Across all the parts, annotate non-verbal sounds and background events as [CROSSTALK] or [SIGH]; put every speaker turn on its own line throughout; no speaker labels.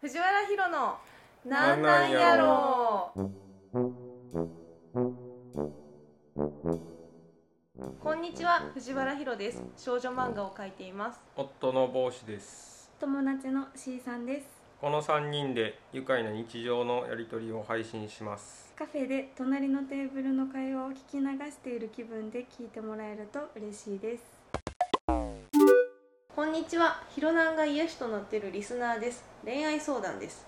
藤原ヒロのなんなんやろうこんにちは藤原ヒロです少女漫画を描いています
夫の帽子です
友達の C さんです
この3人で愉快な日常のやり取りを配信します
カフェで隣のテーブルの会話を聞き流している気分で聞いてもらえると嬉しいです
こんにちはヒロナンが癒しとなっているリスナーです恋愛相談です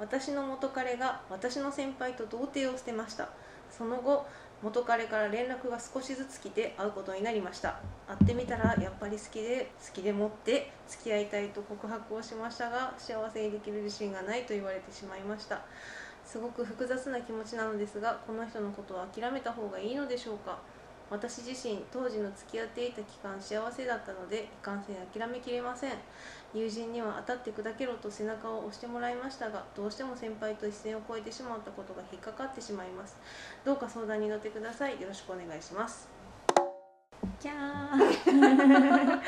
私の元彼が私の先輩と童貞を捨てましたその後元彼から連絡が少しずつ来て会うことになりました会ってみたらやっぱり好きで好きでもって付き合いたいと告白をしましたが幸せにできる自信がないと言われてしまいましたすごく複雑な気持ちなのですがこの人のことは諦めた方がいいのでしょうか私自身当時の付き合っていた期間幸せだったのでいかんせん諦めきれません友人には当たって砕けろと背中を押してもらいましたがどうしても先輩と一線を越えてしまったことが引っかかってしまいますどうか相談に乗ってくださいよろしくお願いします
じゃーん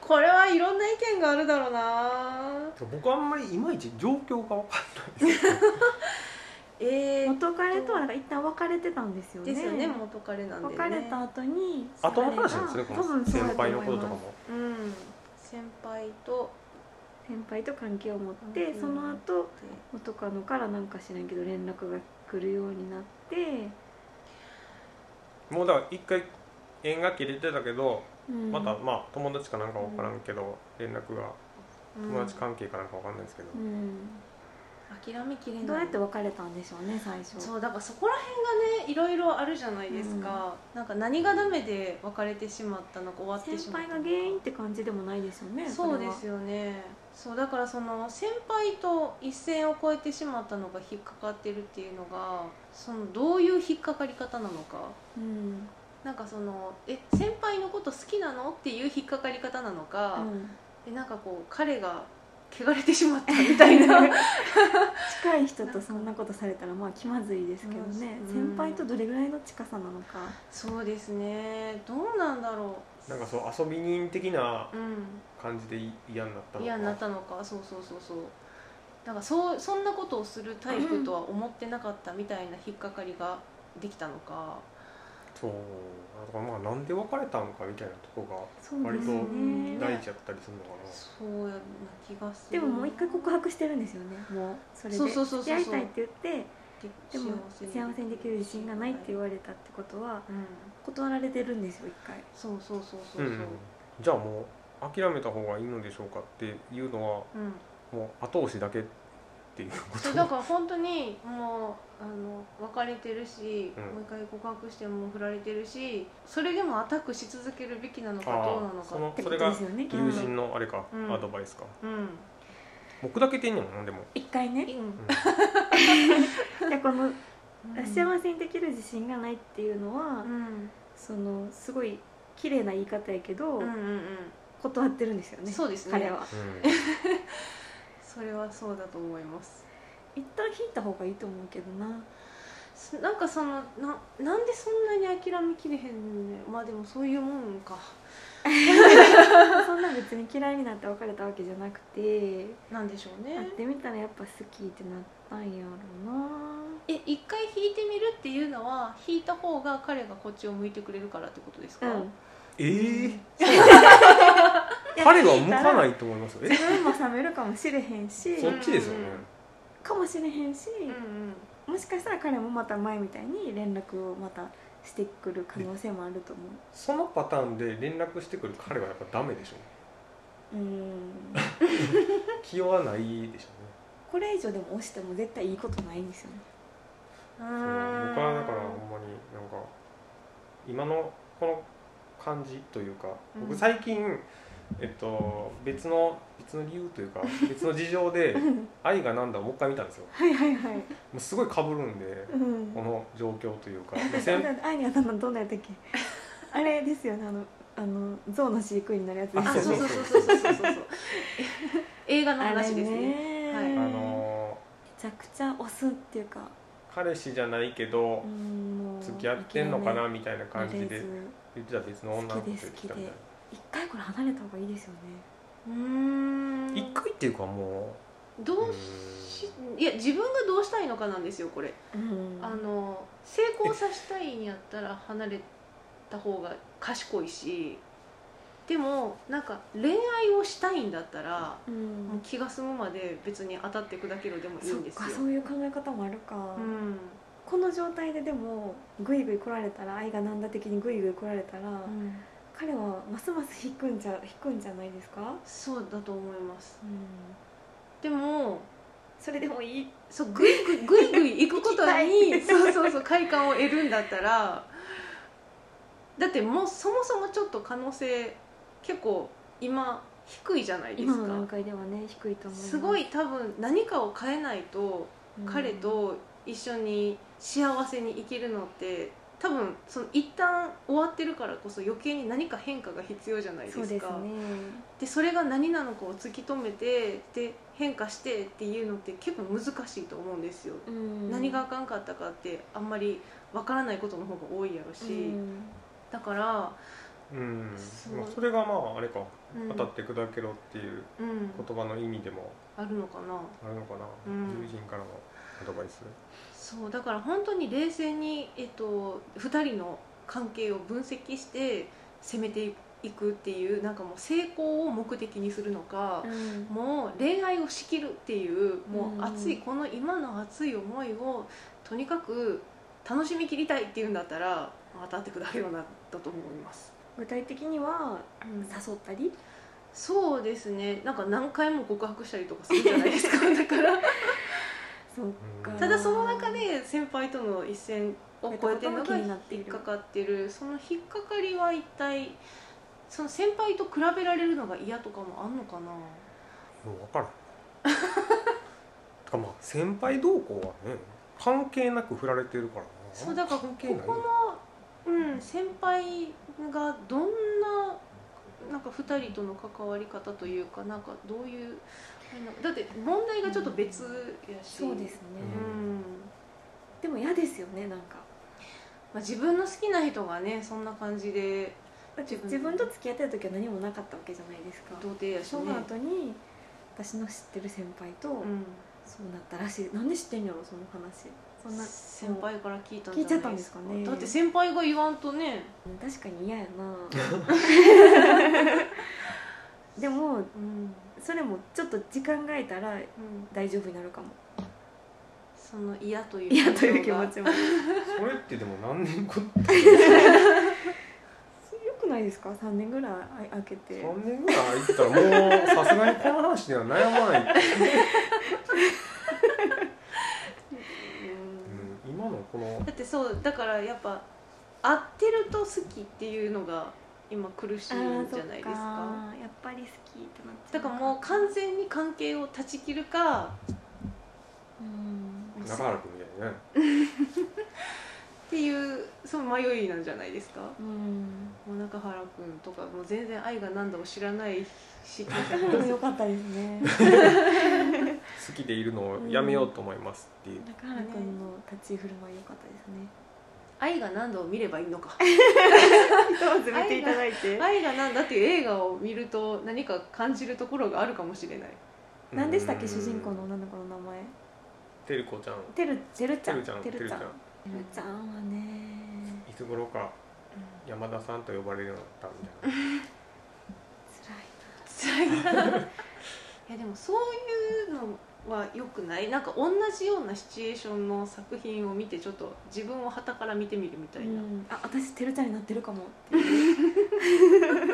これはいろんな意見があるだろうな
僕あんまりいまいち状況 [LAUGHS] が分か
えー、
元彼とはなんか一旦別れてたんですよね
ですよね元彼なんで、ね、
別れた後に
後の話なんですねこ
多分
の
そう
先
やと思
輩
い
の
ます
こととかも
うん先輩と
先輩と関係を持って、
うん
その後元カノからなんか知らんけど連絡が来るようになって、
もうだから一回縁が切れてたけど、
うん
またまあ友達かなんか分からんけど連絡が
うん
友達関係かなんか分かんないですけど、
うん、
諦めきれない
どうやって別れたんでしょうね最初
そうだからそこら辺がねいろいろあるじゃないですか、なんか何がダメで別れてしまったのか終わってし
先
まっ
輩
た
が
のか
原因って感じでもないですよね
そうです
よ
よねそうだからその先輩と一線を越えてしまったのが引っかかってるっていうのがそのどういう引っかかり方なのか
うん、
なんかそのえ先輩のこと好きなのっていう引っかかり方なのか、
うん
えなんかこう彼が汚れてしまったみたいな
[LAUGHS] 近い人とそんなことされたらまあ気まずいですけどね、
うん
先輩とどれぐらいの近さなのか、
そうですねどうなんだろ
なんかそう遊び人的な
ううん
感じで嫌になったのか
嫌になったのかそうそうそうそうだからそうそんなことをするタイプとは思ってなかったみたいな引っかかりができたのか
そうだからまあなんで別れたんかみたいなとこが
そうですよ
割
ね
と
大事やったりするのかな、
そうやな気がす
で
る
ももう一回告白してるんですよねもうそれで
そうそうそうそう
付き合いたいって言ってでも幸せにできる自信がないって言
わ
われたってことは
れうん
断られてるんですよ一回
そうそうそうそううんそう
じゃあもう諦めた方がいいのでしょうかっていうのは
うん
もう後押しだけっていうこ
そう
と
だから本当にもうあの別れてるし、
うん
もう一回告白しても振られてるしそれでもアタックし続けるべきなのか
あー
どうなの
そ
か
の
って
そ
こ
れ
と
が
ですよねきっ
友
と
人のあれか、
うん
アドバイスか
うん
もう砕けてんねんもんでも、
一回ね
いいうん
いやこの
うん
幸せにできる自信がないっていうのは、
うん
そのすごい綺麗な言い方やけど、
うんうんうん
断ってるんですよね
そうですね
彼は
[LAUGHS]
う
それはそうだと思います
一旦引いた方がいいと思うけどな
すなんかそのななんでそんなに諦めきれへんねんまあでもそういうもんか
そんな別に嫌いになって別れたわけじゃなくて
なんでしょう
会っ
ね
てみたらやっぱ好きってなったんやろな
え一回弾いてみるっていうのは弾いた方が彼がこっちを向いてくれるからってことですか、
うん
ん、ええー
彼
[LAUGHS] 彼は向かないと思いますよえ
自分も冷めるかもしれへんし
そっちですよね、
かもしれへんし、
うんうん
もしかしたら彼もまた前みたいに連絡をまたしてくる可能性もあると思
そのパターンで連絡してくる彼はやっぱダメでしょ
ううん
気はないでしょうね
これ以上でも押しても絶対いいことないんですよね
う
そう
ーん
僕はだからほんまになんか今のこの感じというか
うん
僕最近、えっと、別の別の理由というか別の事情で「愛がなんだ」をもう一回見たんですよも
はいはいはい、
うすごい被るんで
[LAUGHS] うん
この状況というか
あ
先
のアイニャさんのどんなやったっ
[LAUGHS]
けあれですよねあのあの象の飼育員になるやつで
あ
すよ
そう
ね
そうそうそうそうそうそう映画の話ですね
ね
はい
あの
めちゃくちゃ押すっていうか
彼氏じゃないけど
うんもう
付き合ってんのかなみたいな
諦め
感じで言ってた別の女の子と言ってたみたいな
一回これ離れた方がいいですよね
うーん
一回っていうかもう
どうしいや自分がどうしたいのかなんですよこれ、
うん
あの成功させたいんやったら離れた方が賢いしでもなんか恋愛をしたいんだったら、
うん
もう気が済むまで別に当たって砕けろでもいい
そっ
んですよ
かそういう考え方もあるか、
うん
この状態ででもグイグイ来られたら愛がなんだ的にグイグイ来られたら、彼はますます引くんじゃ引くんじゃないですか、
そうだと思います
うん、
でも
それでもいい
そうグイグイグイグイ行くこと
行
に
きたい
そうそうそう快感を得るんだったらだってもうそもそもちょっと可能性結構今低いじゃないで
今
す
の段
か
階ではね低いと思います
すごい多分何かを変えないと彼、と一緒に幸せに生きるのって多分その一旦終わってるからこそ余計に何か変化が必要じゃな
う
いで
ん
す
そ
か
うですね
でそれが何なのかを突き止めてで変化してっていうのって結構難しいと思うんですよ
うん
何があかんかったかってあんまりわからないことの方が多いやろし、
うん
だから、
うん
そう
まあ、それがまああれか、
うん
当たって砕けろっていう
うん、
言葉の意味でも
あるのかな
あるのかな、
うん
友人からのアドバイス
そうだから本当に冷静に、えっと、2人の関係を分析して攻めていくっていうなんかもう成功を目的にするのか、
うん
もう恋愛をしきるっていうも
うん
う熱いこの今の熱い思いをとにかく楽しみきりたいっていうんだったら当たってくだけようなだと思います。
具体的には誘ったり
そうですねなんか何回も告白したりとかするじゃないですか
[LAUGHS]
だから
そうか
うん
ただその中で先輩との一線を越えてるのが
やったことも気になってい
引
る
っかかってるその引っかかりは一体その先輩と比べられるのが嫌とかもあんのかな
もう分からん [LAUGHS] てかまあ先輩同行はね関係なく振られてるからな
そうだからこ
関係ない
この、うん、先輩がどんななんか2人との関わり方というかなんかどういうあのだって問題がちょっと別やし、
そうですね、
うん
でも嫌ですよねなんか
まあ、自分の好きな人がねそんな感じで
だって
自分
自分と付き合ってる時は何もなかったわけじゃないですか
童貞やし
そ
ね
の後に私の知ってる先輩と
うん、
そうなったらしい、なんで知ってんやろその話そんな
先輩から聞いたん
聞いち
じ
ゃ
ゃ
った
ない
ん
で
ですすか
か
ね
だって先輩が言わんとね、
確かに嫌やな
[LAUGHS]
でも
うん
それもちょっと時間が空いたら
うん、
大丈夫になるかも
その嫌という
嫌という気持
が
ちもよ
それってでも何年後
くないですか3年ぐらい空けて
3年ぐらい空いてたらもうさすがにこの話では悩まない、
うん
うん、今のこの
だってそうだからやっぱ合ってると好きっていうのが今苦しい
あー
んじゃないですか
そっやっぱり好きってなっちゃ
だ
う
からもう完全に関係を断ち切るか
うん
っ
中原君みたいなね
ていうその迷いなんじゃないですか
うん
もう中原君とかもう全然愛が何だか知らない
[LAUGHS]
し
でもよかったですね
好きでいるのをやめようと思いますっていう、
中原君の立ち振る舞い良かったですね。
愛が何度を見ればいいのか
どうぞ見ていただいて。
愛が何だっていう映画を見ると何か感じるところがあるかもしれない
何でしたっけ主人公の女の子の名前？
てるこちゃん
てるてるちゃん。
てるちゃん
てるちゃん。
て
て
る
るちゃんはね、
いつ頃か山田さんと呼ばれるようになったみたいな
辛
辛いないやでもそういうのは良くないなんか同じようなシチュエーションの作品を見てちょっと自分を旗から見てみるみたい
い
な、
な。うん、あ、私てるちゃんになってるかもっていう。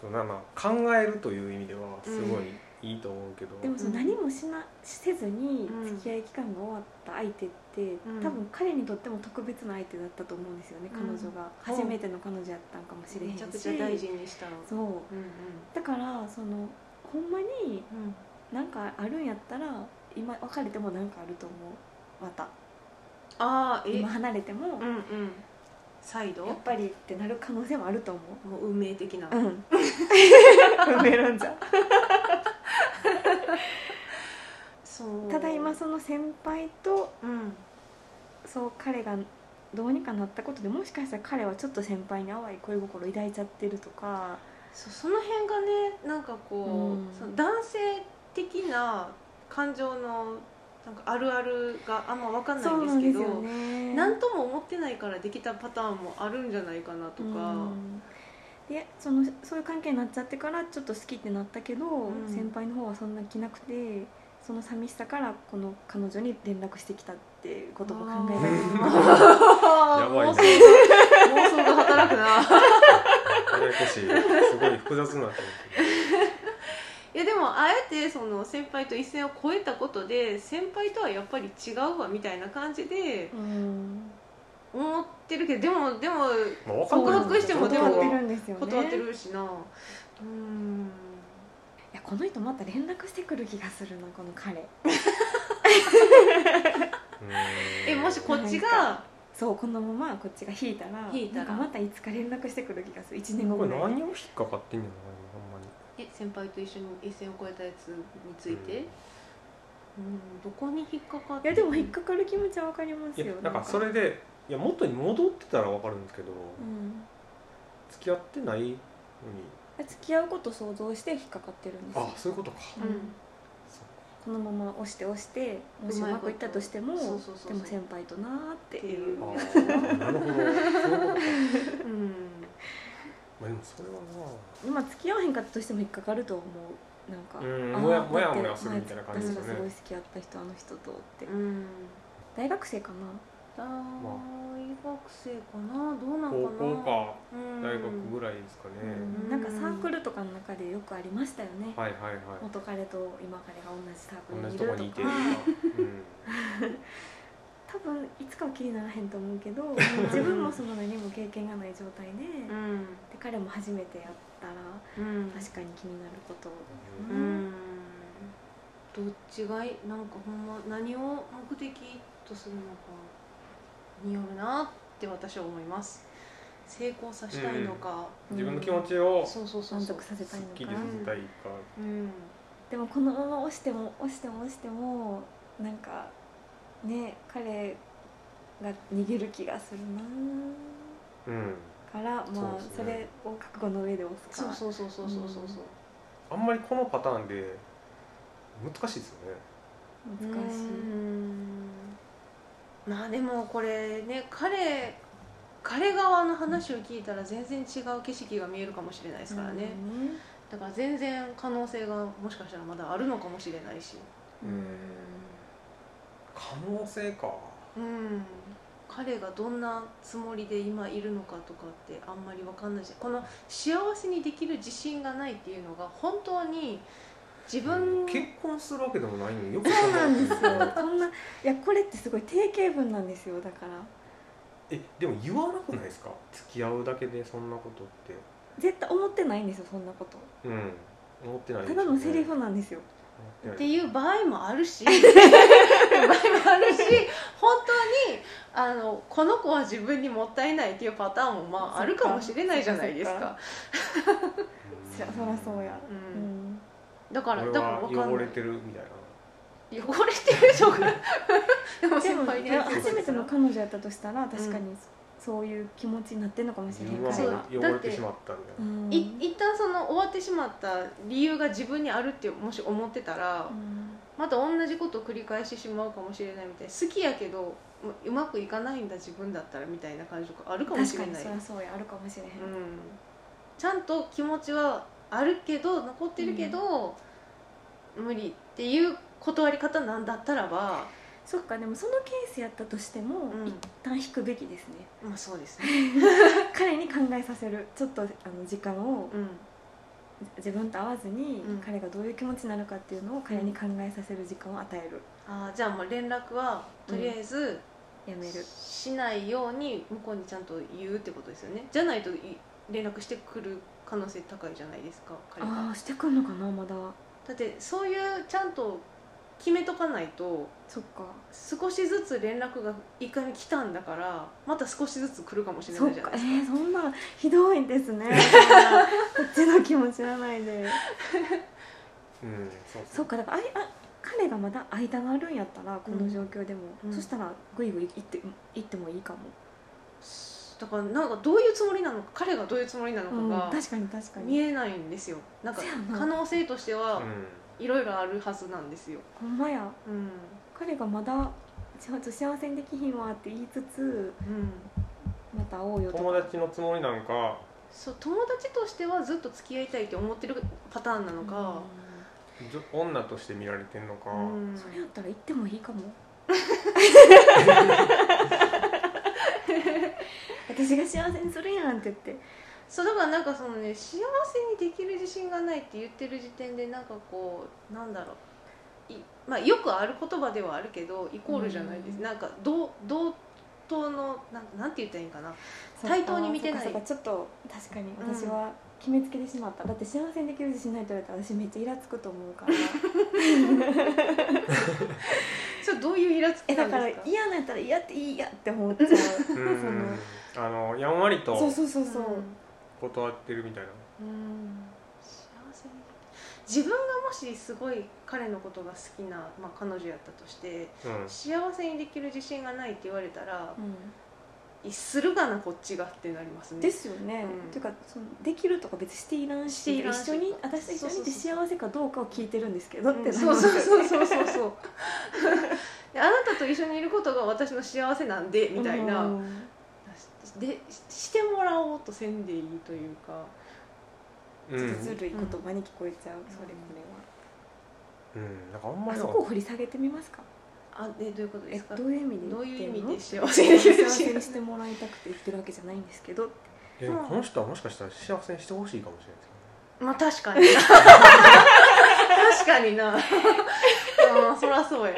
そうなまあ考えるという意味ではすごいいいと思うけど、
でもその何もしなせずに
うん
付き合い期間が終わった相手って、
うん
多分彼にとっても特別な相手だったと思うんですよね。
うん
彼女が初めての彼女やったんかもしれへん
め
し。
ちゃくちゃ大事にした
そう。
うん
だからそのほんまに
うんうん
なんかあるんやったら今別れてもなんかあると思うまた
ああえ
今離れても
うんうん再度
やっぱりってなる可能性もあると思
もう運命的な、
ううん埋めるんじゃ
そう
[LAUGHS] ただ今その先輩と
うん
そう彼がどうにかなったことでもしかしたら彼はちょっと先輩に淡い恋心を抱いちゃってるとか
そうその辺がねなんかこう、
うん
その男性的な感情のなんかあるあるがあんま分かんない
そう
で
んな
す
ん
け
です
ど
よね
何とも思ってないからできたパターンもあるんじゃないかなとか、
うんでそのそういう関係になっちゃってからちょっと好きってなったけど、
ん
先輩の方はそんな着なくてその寂しさからこの彼女に連絡してきたっていうことを考えられる
あー [LAUGHS]
[LAUGHS] やばいね
妄想が妄想が働くな [LAUGHS]
ややこしいすごい複雑になってる
いやでもあえてその先輩と一線を越えたことで先輩とはやっぱり違うわみたいな感じで
うん
思ってるけどでもでも
まあ分かってる
告白してもで
断
も
ってるんですよね
断ってるしな、うーん
いやこの人また連絡してくる気がするなこの彼
うん
えもしこっちが
そうこのままこっちが引いたら
引いたら
なんかまたいつか連絡してくる気がする1年後
こ
ぐ
れ
らい
何を引っかかってんねんのほんまに
え先輩と一緒に一線を越えたやつについて、うん、どこに引っかかっ
い
て
やでも引っかかる気持ちは分かります
いや
よ
なんかそれでいや元に戻ってたら分かるんですけど、
うん
付き合ってないのに
付き合うこと想像して引っかかってるんですよ
あそういうことか
うん
そ
このまま押して押してもしうまくいったとしても
うまいことそうそうそうそう
でも先輩となーっていう
うかあーなるほどそういうこと
う
か
ん
まあでもそれは
今付き合わへんかったとしても引っかかると思うなんか
うん
あー
もやもや
だって
もやするみたいな感じですよね
前私がすごい好きやった人あの人とって
うん
大学生かな
大学生かなどうな
な
のかな
高校か
うん
大学ぐらいですかね、
ん
なんかサークルとかの中でよくありましたよね
はいはいはい
元彼と今彼が同じサークル
同じ
にい
と
る
ことにい
か
てとか、うん、
多分いつかは気にならへんと思うけど
[LAUGHS]
自分もその何も経験がない状態で
うん
で彼も初めてやったら
うん
確かに気になること
う
うん
んどっちがいなんかほんま何を目的とするのかによるなって私は思います成功させたいのか、
自分の気持ちを
そうそうそう
満
そう
足させた
す
い
っ
の
きり
か
さ
な
せたいか、
うん
でもこのまま押しても押しても押してもなんかね彼が逃げる気がするな
うん、
からまあ
そうですね
それを覚悟の上で押す
そう
か
そうそうそうそうそうそう
あんまりこのパターンで難しいですよね
難
う
しい
んまあでもこれね彼彼側の話を聞いたら全然違う景色が見えるかもしれないですからね、だから全然可能性がもしかしたらまだあるのかもしれないし
うん
可能性か
うん彼がどんなつもりで今いるのかとかってあんまり分かんないしこの幸せにできる自信がないっていうのが本当に自分
結婚するわけでもないのによく
そうなんです
考えて
よこんないやこれってすごい定型文なんですよだから
えでも言わなくないですか付き合うだけでそんなことっ
絶対思ってないんですよそんなこと
てうん思ってないで
た
すよ
だ
ね
のセリフなんですよ
思
っ
って
て
ない
いう場合もある
[LAUGHS]
し場合もあるし本当にあのこの子は自分にもったいないっていうパターンもまああるかもしれないじゃないですか
そっかそそらそうや
う、
うんん
だから
俺
だから
は
分かんない
汚れてるみたいな
汚れてるとかでも
で
先
も
輩に挨拶
初めての
した
彼女やったとしたら確かにそういう気持ちになってんのかもし
自
れ
分
な
はい
そ
彼
う
が
もう汚れてしまったみたいな
うん
い一旦その終わってしまった理由が自分にあるってもし思ってたら、
うん
また同じことを繰り返してしまうかもしれないみたいな好きやけどもううまくいかないんだ自分だったらみたいな感じとかあるかもし
確
れ
か
ない
にそりゃそうやあるかもしれへ
うん
ん
ちゃんと気持ちはあるけど残ってるけど、無理っていう断り方なんだったらば、
そっかでもそのケースやったとしても
うん
一旦引くべきですね
まあそうですね、
彼に考えさせるちょっとあの時間を
うん、
自分と合わずに
うん
彼がどういう気持ちになるかっていうのを彼に考えさせる時間を与える
あーじゃあもう連絡はとりあえず
やめる
しないように向こうにちゃんと言うってことですよねじゃないとい連絡してくる可能性高いじゃないですか彼が
ああしてくんのかなまだ
だってそういうちゃんと決めとかないと
そっか
少しずつ連絡が1回目来たんだからまた少しずつ来るかもしれ
そ
な
っ
いじゃな
か
い
え
ですか
ー、そんなひどいです
[LAUGHS]
ねそんなこっちの気持ちならないで
うんそう
そ
そう
っかだからあいあ彼がまだ間があるんやったらこの状況でも、
うん
そしたらグイグイ行って行ってもいいかも、
だからなんかどういうつもりなのか彼がどういうつもりなの
うん
かが
確かに確か
見
に
えないんですよなんか
そうやな
可能性としては
うん
いろいろあるはずなんですよ、
ほんまや
うん
彼がまだちょっと幸せにできひんわって言いつつ
うん、
また会おうよと
友
か
達のつもりなんか
そう友達としてはずっと付き合いたいって思ってるパターンなのか、
じょ女として見られてんのか、
うん
うんそれやったら行ってもいいか [LAUGHS] も私が幸せにするやんって言って
そうだからなんかそのね幸せにできる自信がないって言ってる時点でなんかこうなんだろういまあ、よくある言葉ではあるけどイコールじゃないです、
うん
なんか同同等のなんなんて言ったらいいんかな対等に見てない
そうかそうかちょっと確かに
うん
私は決めつけてしまった、だって幸せにできる自信ないと言われたら私めっちゃイラつくと思うから
それどういうイラつき
[LAUGHS] え
な
だ
ん
から
ですか
嫌なんやったら嫌っていいやって思っちゃう
うんあのやんわりと
[LAUGHS] そうそうそうそう、
断ってるみたいな
うん、うん幸せに自分がもしすごい彼のことが好きな、まあ、彼女やったとして
うん
幸せにできる自信がないって言われたら
う、ん
いするがなこっちがってなりますね
ですよね、
うん
っていうかそのできるとか別にしていらんし
していらんし
一緒に私と一緒にいて幸せかどうかを聞いてるんですけどってなります
そうそうそうそうそうそう [LAUGHS] であなたと一緒にいることが私の幸せなんでみたいな、
うん
でししてもらおうとせんでいいというか
う
ちょ
ん
っとずるい言葉に聞こえちゃう、それこ
う
れ
んなんかあんま
は、
りな
あそ
かっ
こを掘り下げてみますか
あでどういうことで
え
すか
どういう意味で
どう
言って
い
ん
う意
の
味で幸せにできる
幸せに
し
してもらいたくて言ってるわけじゃないんですけど
たえこの人はもしかしたら幸せにしてほしいかもしれないです
まあ確かにな確かになうんそりゃそうや、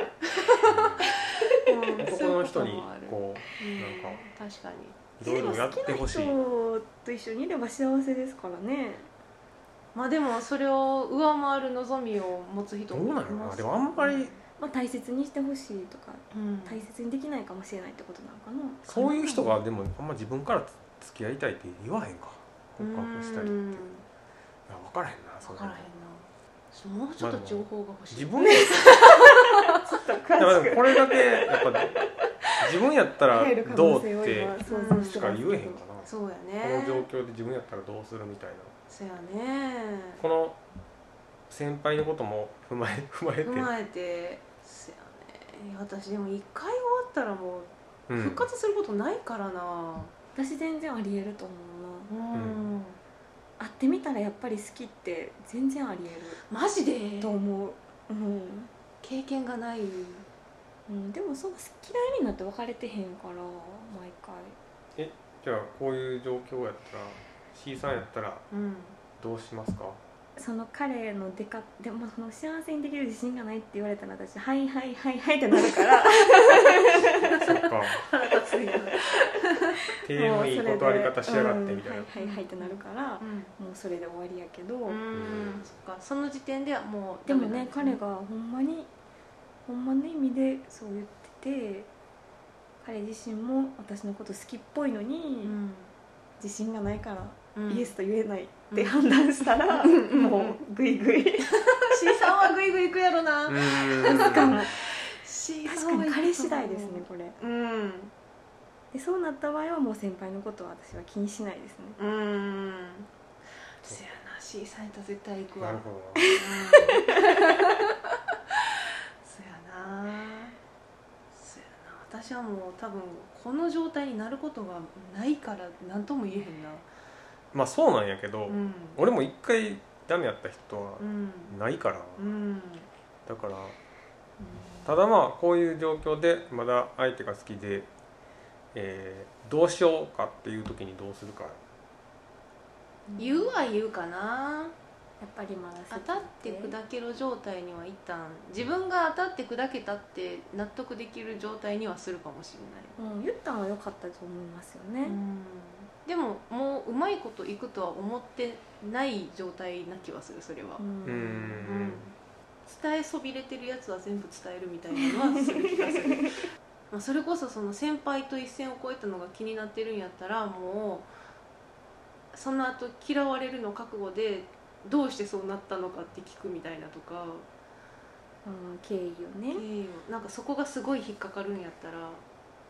うん、
けど
[LAUGHS]
そういう
男の
こと
人に
もある
こう
うん
なんか
確かに
いろいろやってほしい
でも好きな人と一緒にいれば幸せですからね
まあでもそれを上回る望みを持つ人
どうな
も
の
い
か
ま
な
す
でもあんまり
まあ大切にしてほしいとか
うん
大切にできないかもしれないってことなのかな
そういう人がでもあんま自分から付き合いたいって言わへんか告白したりってい
うん
や分からへんなそ
分
れ
からへんなちょっともうちょっと情報が欲しい、
自分で
ちょっと
いや
詳
で
し
も
く
これだけやっぱ自分やったら
入る可
ど
能
う
性
っ
を
て
今想像して
しか
ますけ
言
ど
えへんかな、
そうや
この状
ね
況で自分やったらどうするみたいな
そうやね
この先輩のことも踏まえ [LAUGHS] 踏まえて
踏まえてそうやねいや私でも一回終わったらも
う
うん復活することないからな
私全然ありえると思う
う、
なん
ん
会ってみたらやっぱり好きって全然ありえ
マジで
ると思ううん、
経験がない
うん、でもそんな嫌いになって別れてへんから毎回
じゃあこういう状況やったら C さんやったら
うん
どうします
[LAUGHS]
か
その彼のでかでもその幸せにできる自信がないって言われたら私「はいはいはいはい」ってなるから
[LAUGHS] そっか
腹立つんや
手のいい
もうそれで
断り方しやがってみたいな
うんはいはいはいってなるから
う、ん
もうそれで終わりやけど、
うんそっかその時点ではもう
でも
ダメなん
ね
す
彼がほんまにほんまの意味でそう言ってて彼自身も私のこと好きっぽいのに、
うん
自信がないから、
うん
イエスと言えないっ
う
て
ん
判断したら、
うん
もうグイグ [LAUGHS] イ
C さんはグイグイ行くやろな、
う
確
ーん
か
C
に
さんは行くと思う
彼次第ですねこれ
うん
でそうなった場合はもう先輩のことは私は気にしないですね
うんせやな C さんやったら絶対行くわ
なるほど
うんそやなそやな私はもう多分この状態になることがないから何とも言えへんな
まあそうなんやけど、
うん
俺も一回ダメやった人は
うん
ないから、
うん
だからただまあこういう状況でまだ相手が好きで、えーどうしようかっていう時にどうするか
言うは言うかな
やっぱりまだ
当たって砕ける状態には一旦自分が当たって砕けたって納得できる状態にはするかもしれ
うん言ったのは良かったと思いますよ
ない、
ね、
でももううまいこといくとは思ってない状態な気はするそれは、
うん
うー
うんん伝えそびれてるやつは全部伝えるみたいなのはする気がするまあそれこそその先輩と一線を越えたのが気になってるんやったらもうその後嫌われるの覚悟でどうしてそうなったのかって聞くみたいなとか
うん経緯をね
経緯をなんかそこがすごい引っかかるんやったらは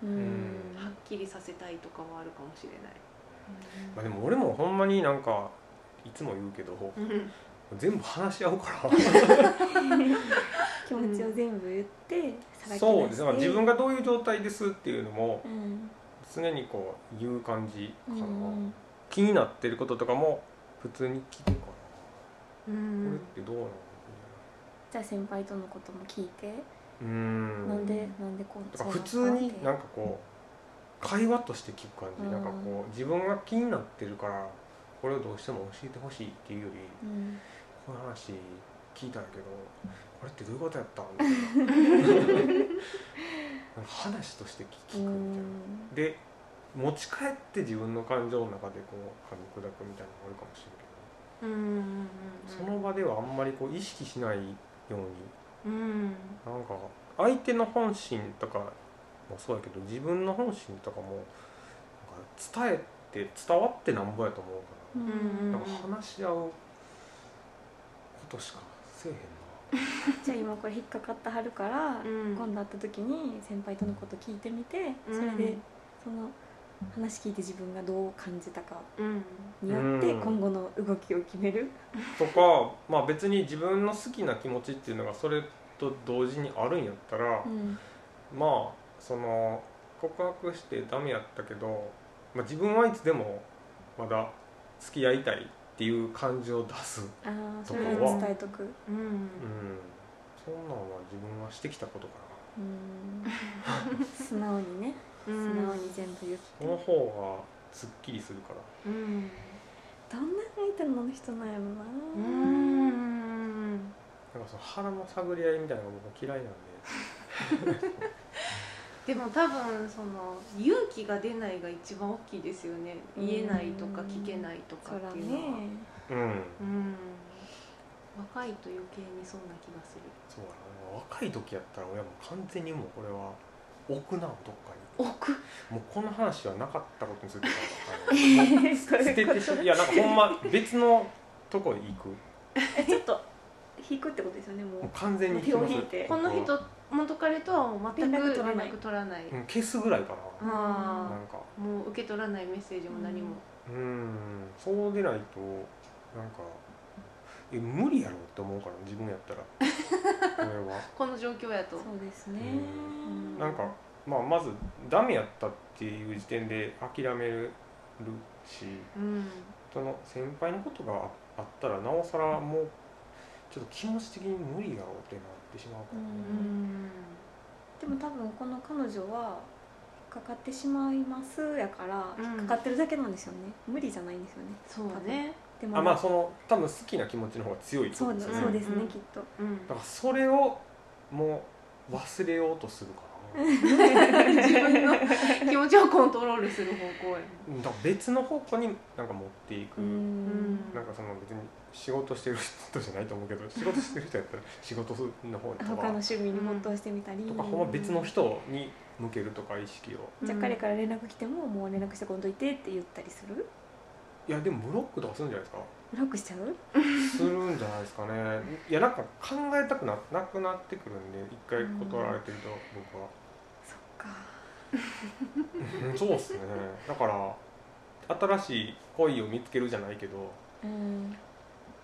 う
ん
ん
っきりさせたいとかはあるかもしれない、
まあ、でも俺もほんまになんかいつも言うけど
うん
全部話し合うから
[LAUGHS] 気持ちを全部言って、さらけ出して
そうですね、まあ自分がどういう状態ですっていうのも
うん
常にこう言う感じか
う
な、
ん
気になってることとかも普通に聞くか
う
な、
ん
これってどうなの
じゃあ先輩とのことも聞いて、
う
なんんでなんでこう
だから
そう
普通にな
なの
んかこう会話として聞く感じ、
うん
なんかこう自分が気になってるからこれをどうしても教えてほしいっていうより
うん
この話聞いたんやけどこれってどういうことやったんみたい
[LAUGHS]
な話として聞くみたいな。で持ち帰って自分の感情の中でこう噛み砕くみたいなのがあるかもしれない
うんうん
けど、その場ではあんまりこう意識しないように
うん
なんか相手の本心とかもそうやけど自分の本心とかもなんか伝えて伝わってなんぼやと思うから、
う
うん
ん
なんか話し合うことしかせえへんな
じゃあ今これ引っかかってはるから、
うん
今度会った時に先輩とのこと聞いてみて、
うん
それでその話聞いて自分がどう感じたか
うん
によって
うん
今後の動きを決める、
とか、まあ、別に自分の好きな気持ちっていうのがそれと同時にあるんやったら、
うん
まあその告白してダメやったけど、まあ、自分はいつでもまだ付き合いたいっていう感情を出す、うん、
ああそれを伝えとく、
うん
そんなんは自分はしてきたことかな
うん、素直にね
う
素
ん
直に全部言って、
その方がすっきりするから
うん
どんな相手の人なんやろな、
うん
なんかその腹の探り合いみたいなのが僕は嫌いなんで
でも多分その勇気が出ないが一番大きいですよね
うん
言えないとか聞けないとか
そら
って
ね
いうのは、
うん
うん若いと余計にそんな気がする
そうやな若い時やったら俺はもう完全にもうこれは置くなどっかに
奥
もうこの話はなかったことにするとかあの
[LAUGHS] そ
捨て
れ
てし [LAUGHS] まういやなんかほんま別のとこへ行く
ちょっと引くってことですよねもう
もう完全にきます
手を引いて
この
う
人元彼とはもう全く
連
連
絡取らない
絡取らない、
ん消すぐらいかな、
あ
なんか
もう受け取らないメッセージも何も、
うーんそうでないとなんかえ無理やろって思うから自分やったらこれは
この状況やと
そうですね
うん
なんか、まあ、まずダメやったっていう時点で諦めるし
うん
その先輩のことがああったらなおさらもうちょっと気持ち的に無理やろってなってしまうから、
う
うん
ね
ん
でも多分この彼女は引っかかってしまいますやから、
うん
引っかかってるだけなんですよね無理じゃないんですよね
そうね
でも
あまあその多分好きな気持ちの方が強いって
そ
こ
う
と
で
ですすよ
ね
ね
そうですね、
うん
きっと
うん
だからそれをもう忘れようとするか
[LAUGHS]
な
自分の気持ちをコントロールする方向へ
だから別の方向になんか持っていく、
うん
なんかその別に仕事してる人じゃないと思うけど仕 [LAUGHS] 事してる人やったら仕事の方にと
他の
か
趣味に没頭してみたり、
とかほんま別の人に向けるとか意識を
じゃあ彼から連絡来てももう連絡してこんといてって言ったりする
いやでもブロックとかするんじゃないで
ブロックしちゃう
すかするんじゃないですかねいやなんか考えたくななくなってくるんで一回断られてると僕は。
そっか
うんそうっすねだから新しい恋を見つけるじゃないけど
うん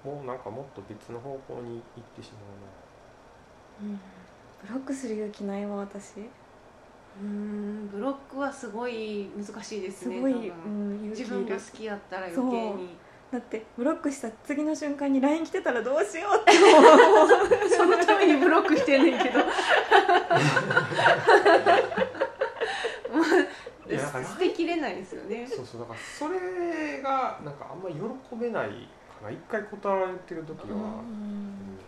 もうなんかもっと別の方向に行ってしま
うん
ブロックする勇気ないわ私
うんブロックはすごい難しいです
す
ね
ごい、
多分
うん、勇気
自
い
分が
る
好きやったら余計に
だってブロックした次の瞬間に LINE 来てたらどうしようって
[LAUGHS] そのためにブロックしてんねん
[LAUGHS]
けどもう
いやだから
捨てきれないですよね
うなそうそうだからそれがなんかあんまり喜べないかな一回断られてる時は、うん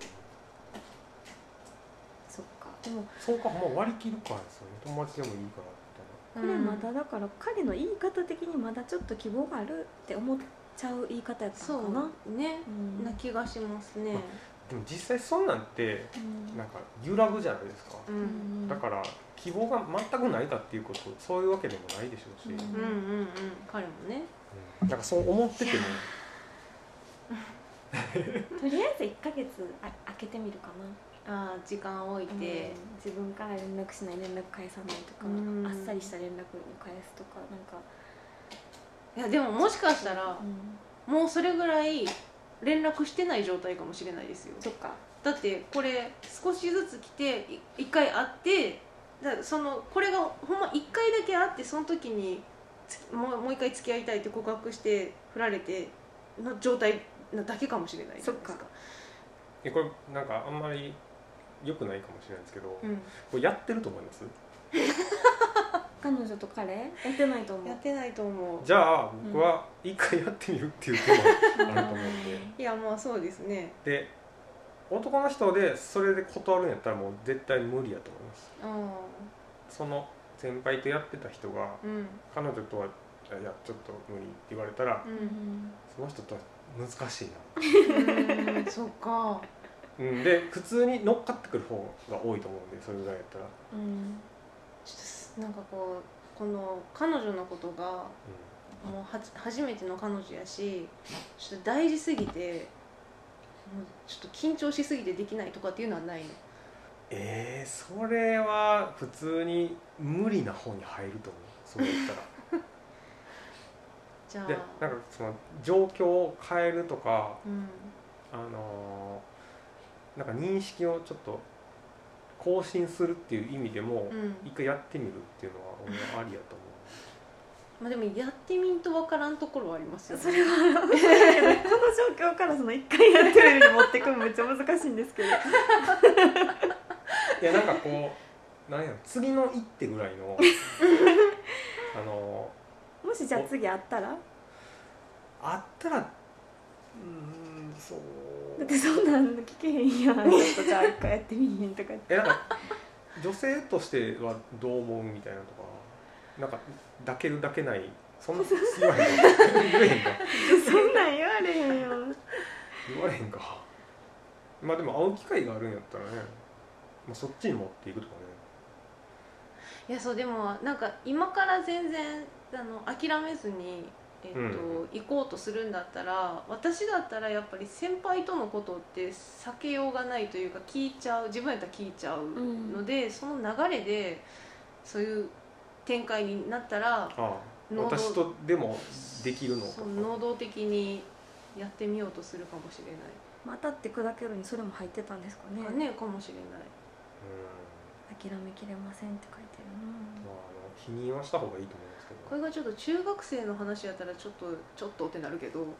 そっかでも
そうかほんま割り切るからですよね友達でもいいからみ
これまだだから彼の言い方的にまだちょっと希望があるって思っちゃう言い方やった
そ
のかな
うね
うん
な気がしますね
たいなでも実際そんなんって
うん
なんか揺らぐじゃないですか、
う
うんん
だから希望が全くないかっていうことそういうわけでもないでしょうし、
うん
うんうんうん彼もね
うんなんかそう思ってても
とりあえず1ヶ月あ開けてみるかな
ああ時間を置いて
うん自分から連絡しない連絡返さないとか、
うん
あっさりした連絡を返すとかなんか、
いやでももしかしたら
うん
もうそれぐらい連絡してない状態かもしれないですよ
そっか
だってこれ少しずつ来てい一回会ってだからそのこれがほんま一回だけ会ってその時につもうもう一回付き合いたいって告白して振られての状態なだけかもしれないじゃないですか
そっか
えこれなんかあんまり良くないかもしれないですけど、こ
うん、
れやってると思います
彼女と彼やってないと思う
やってないと思う
じゃあ僕は一回やってみるっていう手もあると思うんで、
いやまあそうですね
で男の人でそれで断るんやったらもう絶対無理やと思います
あ
その先輩とやってた人が
うんうん
彼女とは「いやちょっと無理」って言われたら、その人とは難しいな、
うん [LAUGHS] そっか
うん、で普通に乗っかってくる方が多いと思うんでそれぐらいやったら、うん
うん
ちょっとすなんかこうこの彼女のことがもうはじ初めての彼女やしちょっと大事すぎてもうちょっと緊張しすぎてできないとかっていうのはないの
えー、それは普通に無理な方に入ると思うそう言ったら。
じゃ [LAUGHS] あ
でなんかその状況を変えるとか、
うん
あのーなんか認識をちょっと更新するっていう意味でも、
うん
一回やってみるっていうのは俺はありやと思
まあ、でもやってみんとわからんところはありますよ
そ
ね
れはこの状況からその一回やってるより持ってくのめっちゃ難しいんですけど
ういやなんかこうなんやろ次の一手ぐら
[LAUGHS]
いのあの
もしじゃあ次会ったら
ーあったらうーんそう
だってそんなん聞けへんやんとか一回やってみへんとか
えなんか女性としてはどう思うみたいなとかなんか抱ける抱けないそんな言わへんか言えへんか
そんなん言われへんよ
言われへんかまあでも会う機会があるんやったらね、まあ、そっちに持っていくとかね
いやそうでもなんか今から全然あの諦めずに、えっと
うん
行こうとするんだったら私だったらやっぱり先輩とのことって避けようがないというか聞いちゃう自分やったら聞いちゃうので、その流れでそういう展開になったら
ああ
能動
私とでもできるの
そう能動的にやってみようとするかもしれな
またって砕けるにそれも入ってたんですかね
い、ねかもしれない
うん
諦めきれませんって書いて
まああの否認はした方がいいと思いますけ
こ
ど
れがちょっと中学生の話やったらちょっとちょっとってなるけど
るな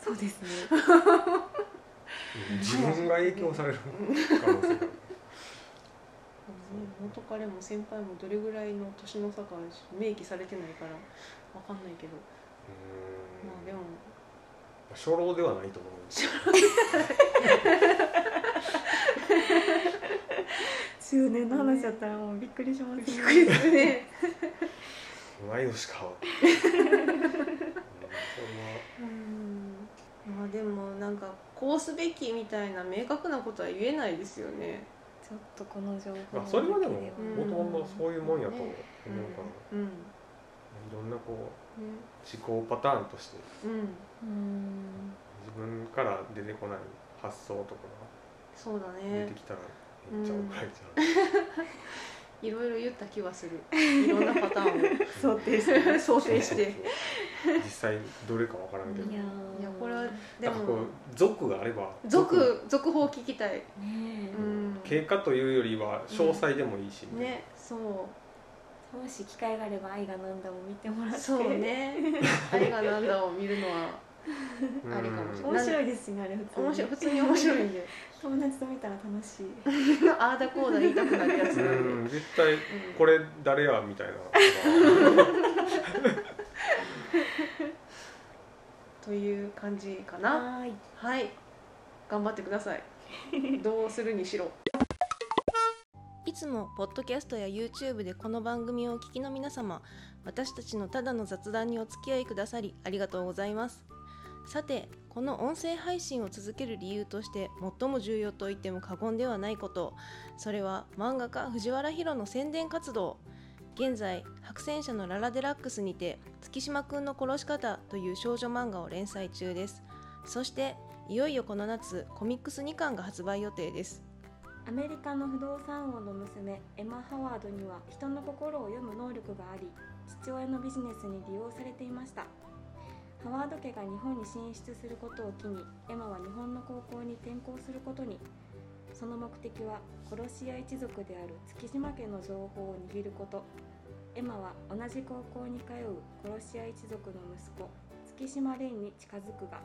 そうですね
うん自分が影響される可能性がある
元彼も先輩もどれぐらいの年の差か明記されてないからわかんないけどまあでも
うん初老ではないと思うんです
中年の話だったらもうびっくりしますね
びっくりするね
同い年かうん
[LAUGHS] うんまあでもなんかこうすべきみたいな明確なことは言えないですよね
ちょっとこの
そ
情
れ
報
はまあそれはでも
だけ
う
も
ん
ともとそういうもんやと思うから、
うんね
いろんなこう思考パターンとして
うん
うん
自分から出てこない発想とか
そうだ
が出
ね
てきたらめっちゃ怒られち
[LAUGHS]
ゃう、
いろいろ言った気はす
[LAUGHS]
るいろんなパター
想定して
ンを想定し
そ
て
うそうそう実際どれかわからんけど
いや
いやこれは
ね
で
なんかこ
も
う俗があれば
続続報聞きたい
え
俗
うん
経過というよりは詳細でもいいし、
ねそう
もし機会があれば愛がなんだも見てもらって
そう
[LAUGHS]
ね「愛がなんだ」を見るのは
うん
ありかもしれな
面白いですしねあれ普通に
面白い普通に面白いんで [LAUGHS]
友達と見たら楽しい
ああだこうだ言いたくなるやつ
う
なんで、うん
ん絶対これ誰やみたいな
という感じかな
はーい
はい頑張ってくだ [LAUGHS] さいどうするにしろいつもポッドキャストや YouTube でこの番組をお聞きの皆様私たちのただの雑談にお付き合いくださりありがとうございますさてこの音声配信を続ける理由として最も重要と言っても過言ではないことそれは漫画家藤原ヒロの宣伝活動現在白戦車のララデラックスにて月島くんの殺し方という少女漫画を連載中ですそしていよいよこの夏コミックス2巻が発売予定です
アメリカの不動産王の娘エマ・ハワードには人の心を読む能力があり父親のビジネスに利用されていましたハワード家が日本に進出することを機にエマは日本の高校に転校することにその目的は殺し屋一族である月島家の情報を握ることエマは同じ高校に通う殺し屋一族の息子月島蓮に近づくが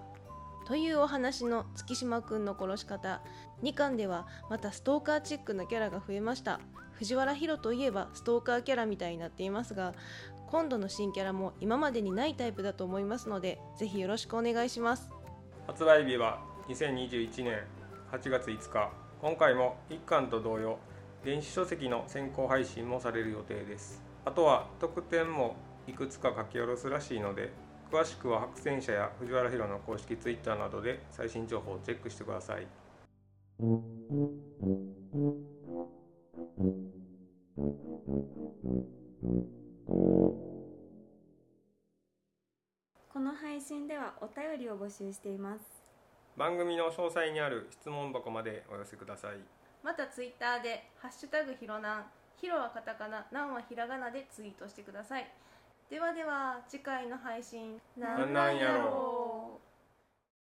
というお話の月島くんの殺し方2巻ではまたストーカーチックなキャラが増えました藤原ヒロといえばストーカーキャラみたいになっていますが今度の新キャラも今までにないタイプだと思いますのでぜひよろしくお願いします
発売日は2021年8月5日今回も1巻と同様電子書籍の先行配信もされる予定ですあとは特典もいくつか書き下ろすらしいので詳しくは白戦車や藤原ヒロの公式 Twitter などで最新情報をチェックしてください
この配信ではお便りを募集しています
番組の詳細にある質問箱までお寄せください
またツイッターで「ハッシュタグひろなん」ひろはカタカナ、なんはひらがなでツイートしてくださいではでは次回の配信
なんなんやろ
う